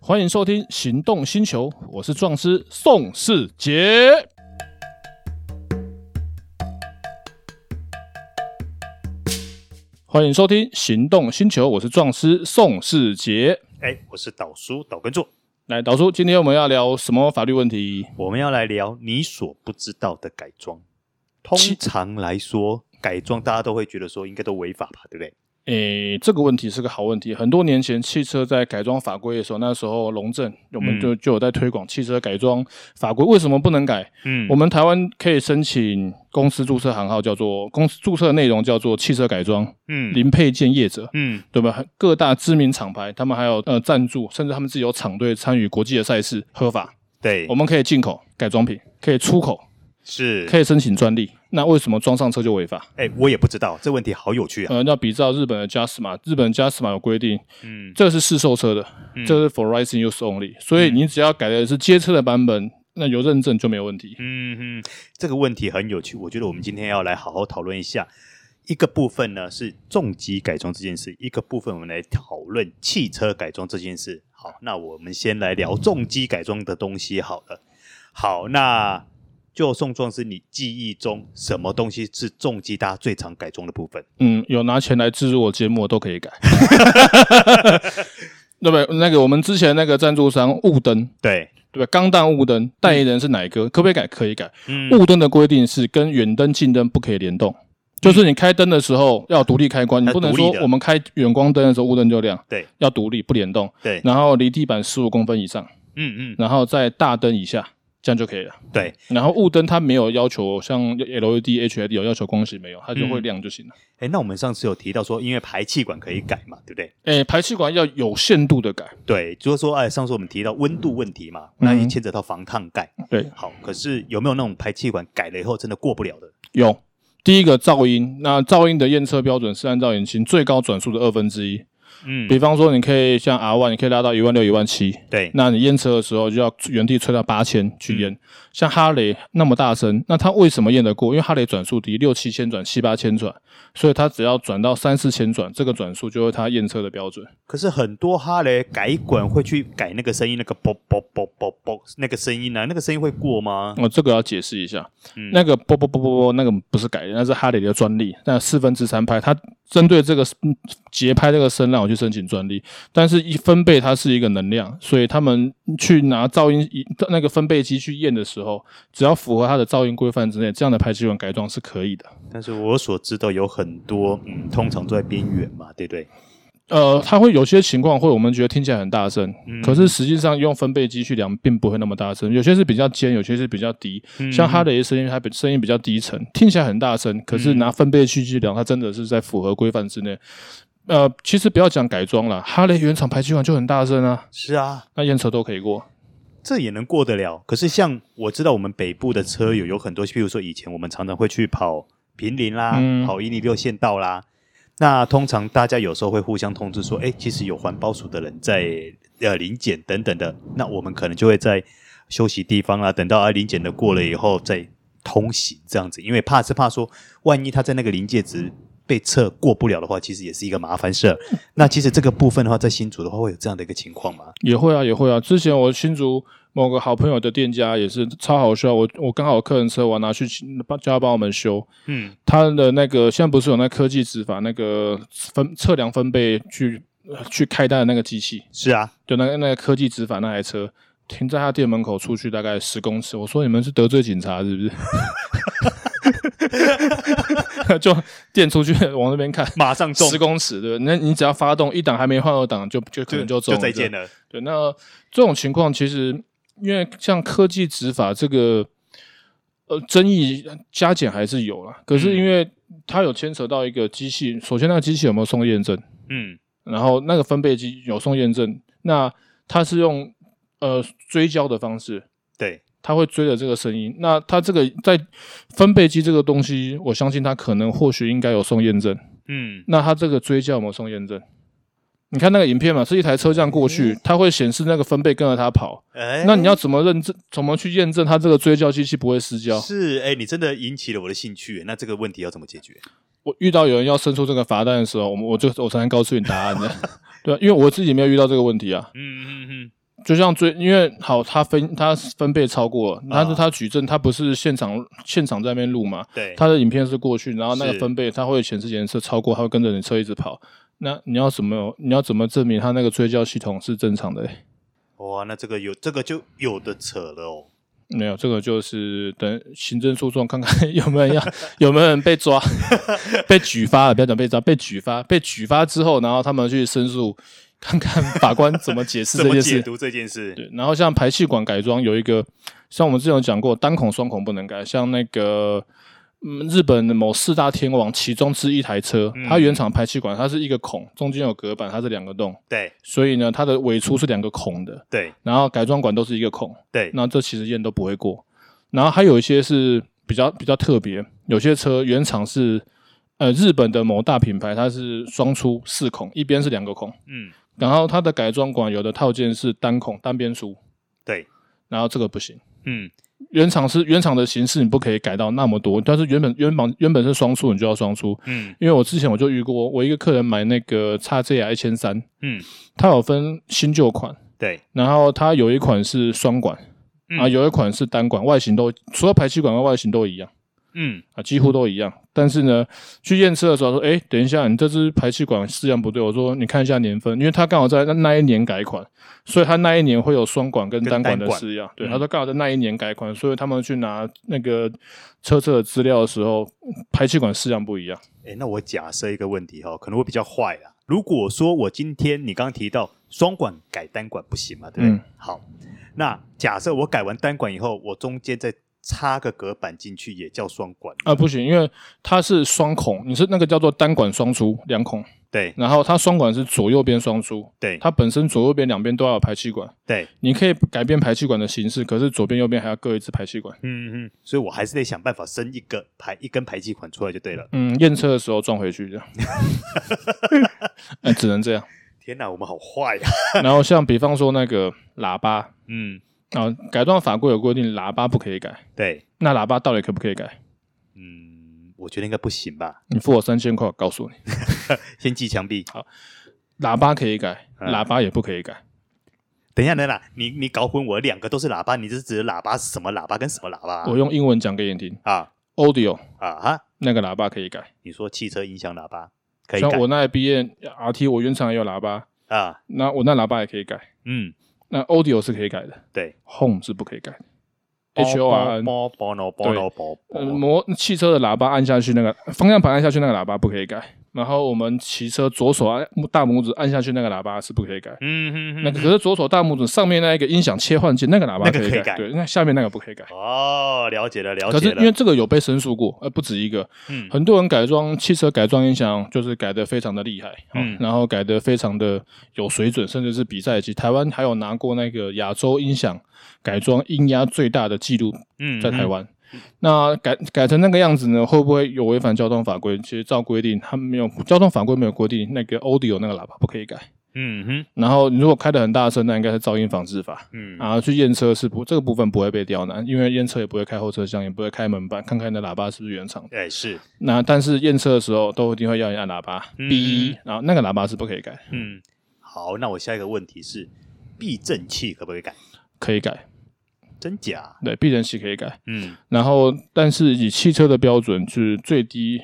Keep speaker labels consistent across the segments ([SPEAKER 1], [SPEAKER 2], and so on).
[SPEAKER 1] 欢迎收听《行动星球》，我是壮师宋世杰。欢迎收听《行动星球》，我是壮师宋世杰。
[SPEAKER 2] 哎，我是导叔导根座，
[SPEAKER 1] 来，导叔，今天我们要聊什么法律问题？
[SPEAKER 2] 我们要来聊你所不知道的改装。通
[SPEAKER 1] 其
[SPEAKER 2] 常来说，改装大家都会觉得说应该都违法吧，对不对？
[SPEAKER 1] 诶，这个问题是个好问题。很多年前，汽车在改装法规的时候，那时候龙政我们就就有在推广汽车改装法规，为什么不能改？
[SPEAKER 2] 嗯
[SPEAKER 1] 我们台湾可以申请公司注册行号，叫做公司注册内容叫做汽车改装
[SPEAKER 2] 嗯
[SPEAKER 1] 零配件业者，
[SPEAKER 2] 嗯
[SPEAKER 1] 对吧？各大知名厂牌，他们还有呃赞助，甚至他们自己有厂队参与国际的赛事，合法。
[SPEAKER 2] 对
[SPEAKER 1] 我，们可以进口改装品，可以出口，
[SPEAKER 2] 是
[SPEAKER 1] 可。以申请专利。那为什么装上车就违法？
[SPEAKER 2] 哎，我也不知道这问题好有趣啊。
[SPEAKER 1] 呃，要比照日本的 JASMA，日本 JASMA 有规定，
[SPEAKER 2] 嗯
[SPEAKER 1] 这个是试售车的，这个是 for racing use only，所以你只要改的是街车的版本，那有认证就没有问题。
[SPEAKER 2] 嗯嗯，这个问题很有趣，我觉得我们今天要来好好讨论一下。一个部分呢是重机改装这件事，一个部分我们来讨论汽车改装这件事。好，那我们先来聊重机改装的东西好了。好，那就宋壮士，你记忆中什么东西是重机大家最常改装的部分？
[SPEAKER 1] 嗯，有拿钱来资助我节目的都可以改。 对不对？那个我们之前那个赞助商雾灯，
[SPEAKER 2] 对，
[SPEAKER 1] 对吧？钢弹雾灯代言人是哪一个？可不可以改？可以改。
[SPEAKER 2] 嗯
[SPEAKER 1] 雾灯的规定是跟远灯、近灯不可以联动，就是你开灯的时候要独立开关，你
[SPEAKER 2] 它
[SPEAKER 1] 不能
[SPEAKER 2] 独立
[SPEAKER 1] 说
[SPEAKER 2] 的
[SPEAKER 1] 我们开远光灯的时候雾灯就亮，
[SPEAKER 2] 对，
[SPEAKER 1] 要独立不联动。
[SPEAKER 2] 对，
[SPEAKER 1] 然后离地板十五公分以上，
[SPEAKER 2] 嗯嗯，
[SPEAKER 1] 然后在大灯以下，这样就可以了。
[SPEAKER 2] 对，
[SPEAKER 1] 然后雾灯它没有要求像 LED、HID 有要求光型没有，它就会亮就行了。
[SPEAKER 2] 哎，那我们上次有提到说，因为排气管可以改嘛，对不对？
[SPEAKER 1] 诶、排气管要有限度的改，
[SPEAKER 2] 对，就是说，哎，上次我们提到温度问题嘛，那也牵扯到防烫盖。
[SPEAKER 1] 对，
[SPEAKER 2] 好，可是有没有那种排气管改了以后真的过不了的？
[SPEAKER 1] 有第一个噪音，那噪音的验车标准是按照引擎最高转速的二分之一。
[SPEAKER 2] 嗯
[SPEAKER 1] 比方说，你可以像 R one，你可以拉到一万六、一万七，
[SPEAKER 2] 对，
[SPEAKER 1] 那你验车的时候就要原地吹到八千去验。像哈雷那么大声，那它为什么验得过？因为哈雷转速低，六七千转、七八千转，所以它只要转到三四千转，这个转速就是它验车的标准。
[SPEAKER 2] 可是很多哈雷改管会去改那个声音，那个啵啵啵啵啵那个声音啊呢、那个声音会过吗？
[SPEAKER 1] 哦，这个要解释一下，
[SPEAKER 2] 嗯
[SPEAKER 1] 那个啵啵啵啵啵，那个不是改的，那是哈雷的专利，那四分之三拍，它针对这个嗯节拍这个声浪，我去申请专利，但是一分贝它是一个能量，所以他们去拿噪音仪那个分贝机去验的时候，只要符合它的噪音规范之内，这样的排气管改装是可以的。
[SPEAKER 2] 但是我所知道有很多，嗯，通常都在边缘嘛，对不对？
[SPEAKER 1] 呃，它会有些情况会我们觉得听起来很大声，
[SPEAKER 2] 嗯
[SPEAKER 1] 可是实际上用分贝机去量并不会那么大声，有些是比较尖，有些是比较低。像哈雷的声音，它比声音比较低沉，听起来很大声，可是拿分贝去计量，它真的是在符合规范之内。呃，其实不要讲改装了，哈雷原厂排气管就很大声啊，
[SPEAKER 2] 是啊，
[SPEAKER 1] 那验车都可以过。
[SPEAKER 2] 这也能过得了。可是像我知道我们北部的车友有很多，譬如说以前我们常常会去跑平林啦，
[SPEAKER 1] 嗯
[SPEAKER 2] 跑一零六县道啦。那通常大家有时候会互相通知说，哎，其实有环保署的人在呃临检等等的，那我们可能就会在休息地方啊，等到啊临检的过了以后再通行这样子，因为怕是怕说，万一他在那个临界值被测过不了的话，其实也是一个麻烦事儿。那其实这个部分的话，在新竹的话会有这样的一个情况吗？
[SPEAKER 1] 也会啊，也会啊。之前我新竹某个好朋友的店家也是超好笑，我我刚好有客人车，我拿去请帮叫他帮我们修，
[SPEAKER 2] 嗯，
[SPEAKER 1] 他的那个现在不是有那科技执法那个分测量分贝去去开单的那个机器，
[SPEAKER 2] 是啊，
[SPEAKER 1] 就那个那个科技执法那台车停在他店门口，出去大概十公尺。我说你们是得罪警察是不是？ 就店出去往那边看，
[SPEAKER 2] 马上中
[SPEAKER 1] 十公尺对不对？那你只要发动一档还没换二档，就就可能就中
[SPEAKER 2] 再见
[SPEAKER 1] 了。
[SPEAKER 2] 了。
[SPEAKER 1] 对，那这种情况其实因为像科技执法这个呃争议加减还是有啦，可是因为它有牵扯到一个机器，首先那个机器有没有送验证？
[SPEAKER 2] 嗯
[SPEAKER 1] 然后那个分贝机有送验证，那它是用呃追焦的方式，，
[SPEAKER 2] 对，
[SPEAKER 1] 它会追着这个声音。那它这个在分贝机这个东西，我相信它可能或许应该有送验证。
[SPEAKER 2] 嗯
[SPEAKER 1] 那它这个追焦有没有送验证？你看那个影片嘛，是一台车这样过去，它会显示那个分贝跟着它跑。
[SPEAKER 2] 嗯哎
[SPEAKER 1] 那你要怎么认证？怎么去验证它这个追焦机器不会失焦？
[SPEAKER 2] 是哎，你真的引起了我的兴趣。哎那这个问题要怎么解决？
[SPEAKER 1] 我遇到有人要伸出这个罚单的 时候，我们我就我才能告诉你答案的。对啊，因为我自己没有遇到这个问题啊。
[SPEAKER 2] 嗯嗯嗯，
[SPEAKER 1] 就像最，因为好，他分他分贝超过了，但是
[SPEAKER 2] 啊
[SPEAKER 1] 他举证，他不是现场现场在那边录嘛，
[SPEAKER 2] 对，
[SPEAKER 1] 他的影片是过去，然后那个
[SPEAKER 2] 是
[SPEAKER 1] 分贝它会显示颜色超过，它会跟着你车一直跑。那你要怎么你要怎么证明它那个追焦系统是正常的、欸？
[SPEAKER 2] 哇，那这个有这个就有的扯了哦。
[SPEAKER 1] 没有，这个就是等行政诉讼看看 有没有人要有没有人被抓， 被举发了，不要讲被抓，被举发，被举发之后，然后他们去申诉，看看法官怎么解释
[SPEAKER 2] 怎
[SPEAKER 1] 这
[SPEAKER 2] 么
[SPEAKER 1] 件
[SPEAKER 2] 解
[SPEAKER 1] 事。
[SPEAKER 2] 读这件事？
[SPEAKER 1] 对，然后像排气管改装有一个，像我们之前有讲过，单孔、双孔不能改，像那个。嗯，日本的某四大天王其中之一台车，
[SPEAKER 2] 嗯
[SPEAKER 1] 它原厂排气管它是一个孔，中间有隔板，它是两个洞，
[SPEAKER 2] 对
[SPEAKER 1] 所以呢，它的尾出是两个孔的，
[SPEAKER 2] 对
[SPEAKER 1] 然后改装管都是一个孔，
[SPEAKER 2] 对，
[SPEAKER 1] 那这其实验都不会过。然后还有一些是比较比较特别，有些车原厂是呃日本的某大品牌，它是双出四孔，一边是两个孔，
[SPEAKER 2] 嗯，
[SPEAKER 1] 然后它的改装管有的套件是单孔单边出，
[SPEAKER 2] 对，
[SPEAKER 1] 然后这个不行。
[SPEAKER 2] 嗯，
[SPEAKER 1] 原厂是原厂的形式，你不可以改到那么多。但是原本原本原本是双出，你就要双出。
[SPEAKER 2] 嗯，
[SPEAKER 1] 因为我之前我就遇过，我一个客人买那个叉 Z R 一千三，
[SPEAKER 2] 嗯，
[SPEAKER 1] 它有分新旧款，
[SPEAKER 2] 对，
[SPEAKER 1] 然后它有一款是双管，
[SPEAKER 2] 嗯
[SPEAKER 1] 啊，，有一款是单管，外形都除了排气管外，外形都一样
[SPEAKER 2] 嗯，
[SPEAKER 1] 啊，几乎都一样。但是呢，去验车的时候说，哎，等一下，你这支排气管式样不对。我说你看一下年份，因为它刚好在那那一年改款，所以它那一年会有双管跟
[SPEAKER 2] 跟
[SPEAKER 1] 单管
[SPEAKER 2] 单
[SPEAKER 1] 的
[SPEAKER 2] 管
[SPEAKER 1] 式样。对，
[SPEAKER 2] 嗯
[SPEAKER 1] 他说刚好在那一年改款，所以他们去拿那个车侧的资料的时候，排气管式样不一样。
[SPEAKER 2] 哎，那我假设一个问题哈、可能会比较坏啦。如果说我今天你刚刚提到双管改单管不行嘛，对不对？
[SPEAKER 1] 嗯
[SPEAKER 2] 好，那假设我改完单管以后，我中间再插个隔板进去，也叫双管
[SPEAKER 1] 啊，不行，因为它是双孔，你是那个叫做单管双出两孔，
[SPEAKER 2] 对
[SPEAKER 1] 然后它双管是左右边双出，
[SPEAKER 2] 对
[SPEAKER 1] 它本身左右边两边都要有排气管。
[SPEAKER 2] 对，
[SPEAKER 1] 你可以改变排气管的形式，可是左边右边还要各一支排气管。
[SPEAKER 2] 嗯嗯，所以我还是得想办法伸一个排一根排气管出来就对了。
[SPEAKER 1] 嗯，验车的时候撞回去这样， 哎，只能这样。
[SPEAKER 2] 天哪，我们好坏呀、
[SPEAKER 1] 然后像比方说那个喇叭
[SPEAKER 2] 嗯，
[SPEAKER 1] 啊，改装法规有规定喇叭不可以改，
[SPEAKER 2] 对，
[SPEAKER 1] 那喇叭到底可不可以改？
[SPEAKER 2] 嗯，我觉得应该不行吧，
[SPEAKER 1] 你付我三千块，我告诉你，
[SPEAKER 2] 先记墙壁。
[SPEAKER 1] 喇叭可以改，
[SPEAKER 2] 嗯
[SPEAKER 1] 喇叭也不可以改。
[SPEAKER 2] 等一下，等一下，你你搞混我，两个都是喇叭，你这是指的喇叭是什么喇叭跟什么喇叭啊
[SPEAKER 1] 我用英文讲给你听
[SPEAKER 2] 啊
[SPEAKER 1] ，audio
[SPEAKER 2] 啊哈？
[SPEAKER 1] 那个喇叭可以改，
[SPEAKER 2] 你说汽车音响喇叭可以
[SPEAKER 1] 像
[SPEAKER 2] 改
[SPEAKER 1] 我那台 B N R T，我原厂也有喇叭，
[SPEAKER 2] 啊？
[SPEAKER 1] 那我那喇叭也可以改，
[SPEAKER 2] 嗯，
[SPEAKER 1] 那 audio 是可以改的
[SPEAKER 2] 对
[SPEAKER 1] ，home 是不可以改的。H
[SPEAKER 2] 哦
[SPEAKER 1] O R N
[SPEAKER 2] 波波诺波诺波
[SPEAKER 1] 呃，
[SPEAKER 2] 波
[SPEAKER 1] 摩汽车的喇叭按下去，那个方向盘按下去那个喇叭不可以改。然后我们骑车左手按大拇指按下去那个喇叭是不可以改。
[SPEAKER 2] 嗯哼
[SPEAKER 1] 那
[SPEAKER 2] 哼
[SPEAKER 1] 个
[SPEAKER 2] 哼，
[SPEAKER 1] 可是左手大拇指上面那一个音响切换键那个喇叭
[SPEAKER 2] 那个
[SPEAKER 1] 以
[SPEAKER 2] 可以改
[SPEAKER 1] 对，那下面那个不可以改。
[SPEAKER 2] 哦，了解了，了
[SPEAKER 1] 可是
[SPEAKER 2] 解
[SPEAKER 1] 因为
[SPEAKER 2] 了，
[SPEAKER 1] 这个有被申诉过，呃，不止一个，
[SPEAKER 2] 嗯
[SPEAKER 1] 很多人改装汽车改装音响就是改的非常的厉害，
[SPEAKER 2] 嗯
[SPEAKER 1] 嗯，然后改的非常的有水准，甚至是比赛级。台湾还有拿过那个亚洲音响改装音压最大的记录
[SPEAKER 2] 嗯
[SPEAKER 1] 在台，湾。那改改成那个样子呢，会不会有违反交通法规？其实照规定，它没有交通法规没有规定那个 audio 那个喇叭不可以改。
[SPEAKER 2] 嗯哼，
[SPEAKER 1] 然后你如果开的很大声，那应该是噪音防治法。
[SPEAKER 2] 嗯
[SPEAKER 1] 然后去验车是不这个部分不会被刁难，因为验车也不会开后车厢，也不会开门板，看看你的喇叭是不是原厂的。
[SPEAKER 2] 哎是，
[SPEAKER 1] 那但是验车的时候都一定会要你按喇叭
[SPEAKER 2] 嗯
[SPEAKER 1] B，、然后那个喇叭是不可以改，
[SPEAKER 2] 嗯，好，那我下一个问题是，避震器可不可以改？
[SPEAKER 1] 可以改，
[SPEAKER 2] 真假？
[SPEAKER 1] 对，避震器可以改。
[SPEAKER 2] 嗯
[SPEAKER 1] 然后，但是以汽车的标准，就是最低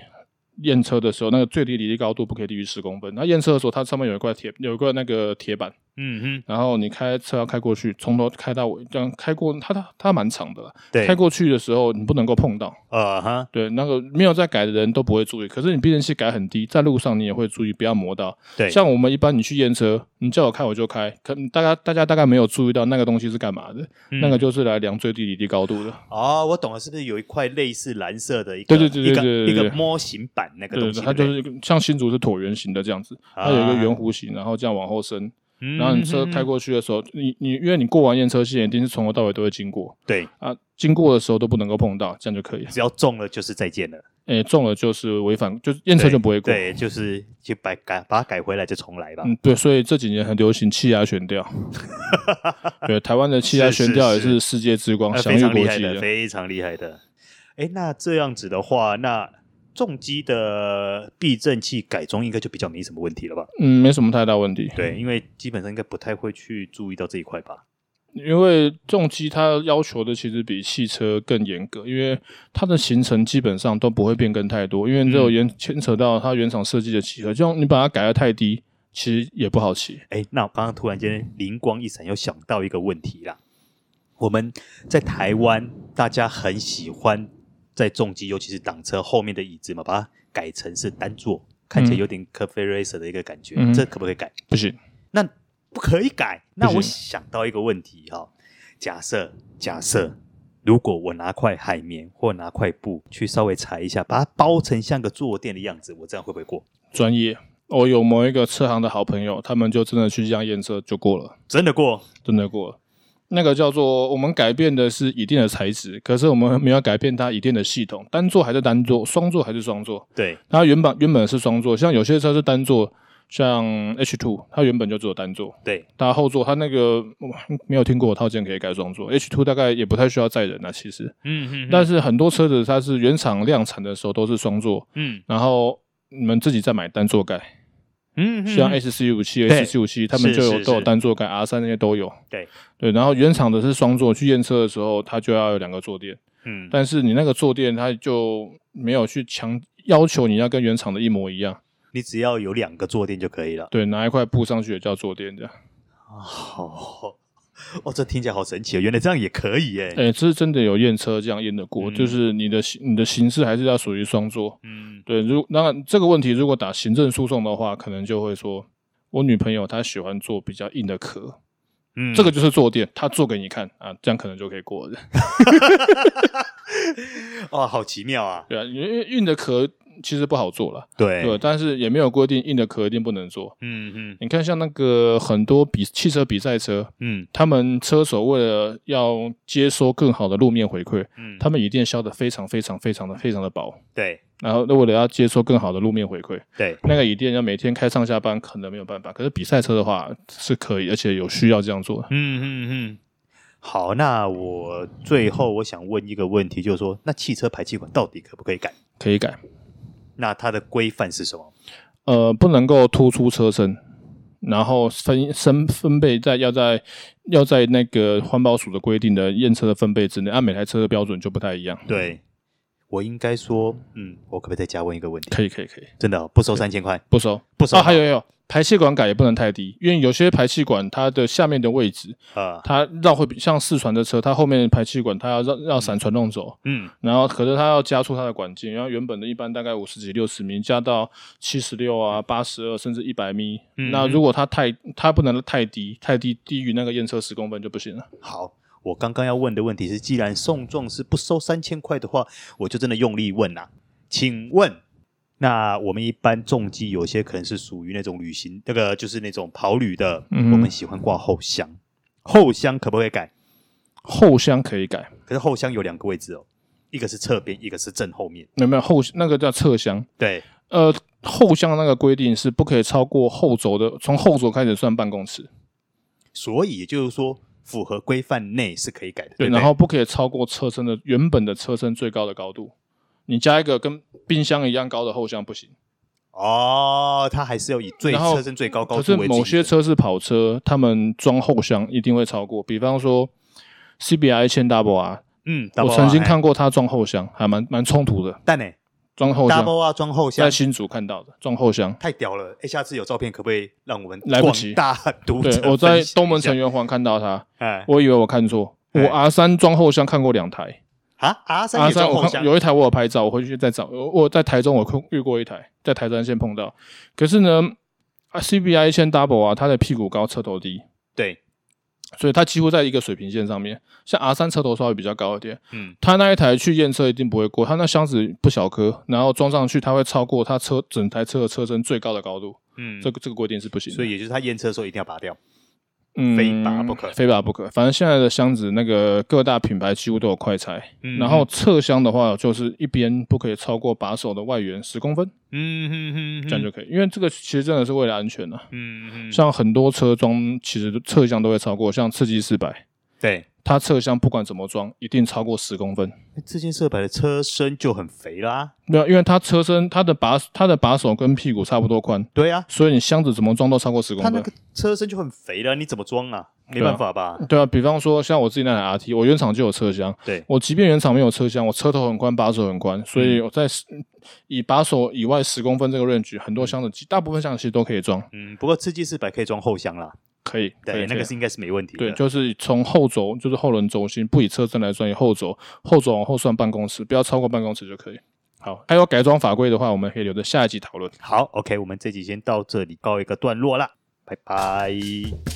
[SPEAKER 1] 验车的时候，那个最低离地高度不可以低于十公分。那验车的时候，它上面有一块铁，有一块那个铁板，
[SPEAKER 2] 嗯哼，
[SPEAKER 1] 然后你开车要开过去，从头开到尾，这样开过它它它蛮长的啦。
[SPEAKER 2] 对
[SPEAKER 1] 开，过去的时候，你不能够碰到。
[SPEAKER 2] 呃哈，
[SPEAKER 1] 对，那个没有在改的人都不会注意，可是你避震器改很低，在路上你也会注意，不要磨到。
[SPEAKER 2] 对，
[SPEAKER 1] 像我们一般，你去验车，你叫我开我就开，可大家大家大概没有注意到那个东西是干嘛的，
[SPEAKER 2] 嗯
[SPEAKER 1] 那个就是来量最低离地高度的。
[SPEAKER 2] 哦，我懂了，是不是有一块类似蓝色的一
[SPEAKER 1] 对
[SPEAKER 2] 个
[SPEAKER 1] 对对对对对
[SPEAKER 2] 一个一
[SPEAKER 1] 对
[SPEAKER 2] 个模型板那个
[SPEAKER 1] 对，
[SPEAKER 2] 东西？
[SPEAKER 1] 它
[SPEAKER 2] 对
[SPEAKER 1] 就
[SPEAKER 2] 不对
[SPEAKER 1] 是一个像新竹是椭圆形的这样子，它有一个圆弧形，然后这样往后伸，
[SPEAKER 2] 嗯
[SPEAKER 1] 然后你车开
[SPEAKER 2] 哼
[SPEAKER 1] 过去的时候，你你因为你过完验车线，一定是从头到尾都会经过
[SPEAKER 2] 对，
[SPEAKER 1] 啊，经过的时候都不能够碰到，这样就可以了。
[SPEAKER 2] 只要中了就是再见了。
[SPEAKER 1] 诶，中了就是违反，就是验车就不会过。
[SPEAKER 2] 对，就是去把改把它改回来就重来吧。
[SPEAKER 1] 嗯，对，所以这几年很流行气压悬 吊，对，台湾的气压悬吊也
[SPEAKER 2] 是
[SPEAKER 1] 是世界之光，
[SPEAKER 2] 呃
[SPEAKER 1] 享
[SPEAKER 2] 非
[SPEAKER 1] 誉
[SPEAKER 2] 常厉
[SPEAKER 1] 国
[SPEAKER 2] 害
[SPEAKER 1] 际
[SPEAKER 2] 的，
[SPEAKER 1] 的。
[SPEAKER 2] 非常厉害的。哎，那这样子的话，那重机的避震器改装应该就比较没什么问题了吧？
[SPEAKER 1] 嗯，没什么太大问题。
[SPEAKER 2] 对，因为基本上应该不太会去注意到这一块吧。
[SPEAKER 1] 因为重机它要求的其实比汽车更严格，因为它的行程基本上都不会变更太多，因为只有原牵扯到它原厂设计的几何，就你把它改得太低，其实也不好骑。
[SPEAKER 2] 哎，那我刚刚突然间灵光一闪，又想到一个问题啦。我们在台湾，大家很喜欢在重机，尤其是挡车后面的椅子嘛，把它改成是单座，看起来有点 c a f e racer 的一个感觉。
[SPEAKER 1] 嗯
[SPEAKER 2] 这可不可以改？
[SPEAKER 1] 不行，
[SPEAKER 2] 那不可以改。那
[SPEAKER 1] 不行
[SPEAKER 2] 我想到一个问题哈、假设假设，如果我拿块海绵或拿块布去稍微裁一下，把它包成像个坐垫的样子，我这样会不会过？
[SPEAKER 1] 专业。我有某一个车行的好朋友，他们就真的去这样验车就过了，
[SPEAKER 2] 真的过？
[SPEAKER 1] 真的过了。那个叫做我们改变的是一定的材质，可是我们没有改变它一定的系统，单座还是单座，双座还是双座。
[SPEAKER 2] 对，
[SPEAKER 1] 它原本原本是双座，像有些车是单座，像 H two，它原本就只有单座。
[SPEAKER 2] 对，
[SPEAKER 1] 它后座它那个我没有听过，套件可以改双座。H two 大概也不太需要载人啊，其实。
[SPEAKER 2] 嗯
[SPEAKER 1] 但是很多车子它是原厂量产的时候都是双座，
[SPEAKER 2] 嗯
[SPEAKER 1] 然后你们自己再买单座盖，
[SPEAKER 2] 嗯
[SPEAKER 1] 像 S 四五七、
[SPEAKER 2] 对
[SPEAKER 1] S 七五七，他们就有都有
[SPEAKER 2] 是
[SPEAKER 1] 单座盖，R 三那些都有。
[SPEAKER 2] 对
[SPEAKER 1] 对，然后原厂的是双座，去验车的时候它就要有两个坐垫，
[SPEAKER 2] 嗯，
[SPEAKER 1] 但是你那个坐垫它就没有去强要求你要跟原厂的一模一样。
[SPEAKER 2] 你只要有两个坐垫就可以了。
[SPEAKER 1] 对，拿一块布上去也叫坐垫这样。
[SPEAKER 2] 哦，哦，这听起来好神奇哦，原来这样也可以耶。
[SPEAKER 1] 哎、这是真的有验车这样验得过，
[SPEAKER 2] 嗯
[SPEAKER 1] 就是你的形你的形式还是要属于双桌。
[SPEAKER 2] 嗯，
[SPEAKER 1] 对，如那这个问题如果打行政诉讼的话，可能就会说，我女朋友她喜欢做比较硬的壳，
[SPEAKER 2] 嗯
[SPEAKER 1] 这个就是坐垫，她做给你看啊，这样可能就可以过了。
[SPEAKER 2] 哦，好奇妙啊。
[SPEAKER 1] 对啊，因为硬的壳其实不好做了，
[SPEAKER 2] 对
[SPEAKER 1] 对，但是也没有规定硬的壳一定不能做。
[SPEAKER 2] 嗯嗯
[SPEAKER 1] 你看，像那个很多比汽车比赛车，
[SPEAKER 2] 嗯
[SPEAKER 1] 他们车手为了要接收更好的路面回馈，
[SPEAKER 2] 嗯，
[SPEAKER 1] 他们椅垫削的非常非常非常的非常的薄，
[SPEAKER 2] 对
[SPEAKER 1] 然后为了要接收更好的路面回馈，
[SPEAKER 2] 对，
[SPEAKER 1] 那个椅垫要每天开上下班可能没有办法，可是比赛车的话是可以，而且有需要这样做的。
[SPEAKER 2] 嗯嗯嗯。好，那我最后我想问一个问题，就是说，那汽车排气管到底可不可以改？
[SPEAKER 1] 可以改。
[SPEAKER 2] 那它的规范是什么？
[SPEAKER 1] 呃，不能够突出车身，然后分分分贝在要在要在那个环保署的规定的验车的分贝之内，啊按每台车的标准就不太一样。
[SPEAKER 2] 对，我应该说，嗯，我可不可以再加问一个问题？
[SPEAKER 1] 可以，可以，可以，
[SPEAKER 2] 真的哦、不收三千块，
[SPEAKER 1] 不收
[SPEAKER 2] 不收
[SPEAKER 1] 啊！还有还有，排气管改也不能太低，因为有些排气管它的下面的位置，
[SPEAKER 2] 呃，
[SPEAKER 1] 它绕会比像四传的车，它后面的排气管它要让让闪传动走，
[SPEAKER 2] 嗯
[SPEAKER 1] 然后可是它要加速它的管径，然后原本的一般大概五十几、六十米，加到七十六啊、八十二甚至一百米。
[SPEAKER 2] 嗯
[SPEAKER 1] 那如果它太它不能太低，太低低于那个验车十公分就不行了。
[SPEAKER 2] 好，我刚刚要问的问题是，既然送撞是不收三千块的话，我就真的用力问啦、啊请问，那我们一般重机有些可能是属于那种旅行，那个就是那种跑旅的，
[SPEAKER 1] 嗯
[SPEAKER 2] 我们喜欢挂后箱，后箱可不可以改？
[SPEAKER 1] 后箱可以改，
[SPEAKER 2] 可是后箱有两个位置哦，一个是侧边，一个是正后面。
[SPEAKER 1] 有没有后那个叫侧箱？
[SPEAKER 2] 对，
[SPEAKER 1] 呃，后箱那个规定是不可以超过后轴的，从后轴开始算半公尺，
[SPEAKER 2] 所以也就是说，符合规范内是可以改的。对不对，
[SPEAKER 1] 然后不可以超过车身的原本的车身最高的高度。你加一个跟冰箱一样高的后箱不行。
[SPEAKER 2] 哦，它还是要以最
[SPEAKER 1] 然后
[SPEAKER 2] 车身最高高
[SPEAKER 1] 可是
[SPEAKER 2] 度为基准。
[SPEAKER 1] 某些车是跑车，他们装后箱一定会超过，比方说 CBR 一千 Double R，
[SPEAKER 2] 嗯，
[SPEAKER 1] 我
[SPEAKER 2] double R，
[SPEAKER 1] 曾经
[SPEAKER 2] 哎
[SPEAKER 1] 看过他装后箱，还蛮蛮冲突的，
[SPEAKER 2] 但呢、
[SPEAKER 1] 装后
[SPEAKER 2] d o u
[SPEAKER 1] 箱
[SPEAKER 2] b l e R 装后箱
[SPEAKER 1] 在新竹看到的装后箱。
[SPEAKER 2] 太屌了！哎、下次有照片可不可以让我们
[SPEAKER 1] 来不
[SPEAKER 2] 广
[SPEAKER 1] 及
[SPEAKER 2] 大读者
[SPEAKER 1] 对，我在
[SPEAKER 2] 分享
[SPEAKER 1] 东门
[SPEAKER 2] 一下
[SPEAKER 1] 城，圆环看到他，
[SPEAKER 2] 哎，
[SPEAKER 1] 我以为我看错，我
[SPEAKER 2] 哎
[SPEAKER 1] R 三装后箱看过两台
[SPEAKER 2] 啊，R 三
[SPEAKER 1] ，R
[SPEAKER 2] 也
[SPEAKER 1] 三
[SPEAKER 2] 装
[SPEAKER 1] 我
[SPEAKER 2] 后
[SPEAKER 1] 看
[SPEAKER 2] 箱，
[SPEAKER 1] 有一台我有拍照，我回去再找。我我在台中我碰遇过一台，在台山线碰到，可是呢啊，CBR 一千 Double 啊，它的屁股高，车头低，
[SPEAKER 2] 对，
[SPEAKER 1] 所以它几乎在一个水平线上面。像 R 三车头稍微比较高一点，
[SPEAKER 2] 嗯，
[SPEAKER 1] 它那一台去验车一定不会过，它那箱子不小颗，然后装上去它会超过它车整台车的车身最高的高度，
[SPEAKER 2] 嗯，
[SPEAKER 1] 这个这个规定是不行的。
[SPEAKER 2] 所以也就是他验车的时候一定要拔掉，
[SPEAKER 1] 嗯
[SPEAKER 2] 非拔不可
[SPEAKER 1] 非拔不可。反正现在的箱子那个各大品牌几乎都有快拆，
[SPEAKER 2] 嗯
[SPEAKER 1] 然后侧箱的话就是一边不可以超过把手的外缘十公分，
[SPEAKER 2] 嗯哼哼哼，
[SPEAKER 1] 这样就可以，因为这个其实真的是为了安全啊。
[SPEAKER 2] 嗯哼，
[SPEAKER 1] 像很多车装其实侧箱都会超过，像刺激四百，
[SPEAKER 2] 对，
[SPEAKER 1] 它侧箱不管怎么装一定超过十公分。
[SPEAKER 2] 这件色牌的车身就很肥啊啦，
[SPEAKER 1] 没有，因为它车身它的把它的把手跟屁股差不多宽，
[SPEAKER 2] 对啊，
[SPEAKER 1] 所以你箱子怎么装都超过十公
[SPEAKER 2] 它
[SPEAKER 1] 分。
[SPEAKER 2] 那个车身就很肥了，你怎么装啊？没办法吧？
[SPEAKER 1] 对啊，比方说像我自己那台 RT，我原厂就有车厢，
[SPEAKER 2] 对
[SPEAKER 1] 我即便原厂没有车厢，我车头很宽，把手很宽，所
[SPEAKER 2] 嗯
[SPEAKER 1] 以我在十以把手以外十公分这个 range，很多箱子其大部分箱子其实都可以装，
[SPEAKER 2] 嗯，不过吃鸡四百可以装后箱啦，
[SPEAKER 1] 可以，可
[SPEAKER 2] 对，
[SPEAKER 1] 以
[SPEAKER 2] 那个是应该是没问题
[SPEAKER 1] 对，
[SPEAKER 2] 的。
[SPEAKER 1] 就是从后轴，就是后轮轴心，不以车身来算，以后轴，后轴往后算半公尺，不要超过半公尺就可以。好，还有改装法规的话，我们可以留着下一集讨论。
[SPEAKER 2] 好，OK，我们这集先到这里告一个段落啦，拜拜。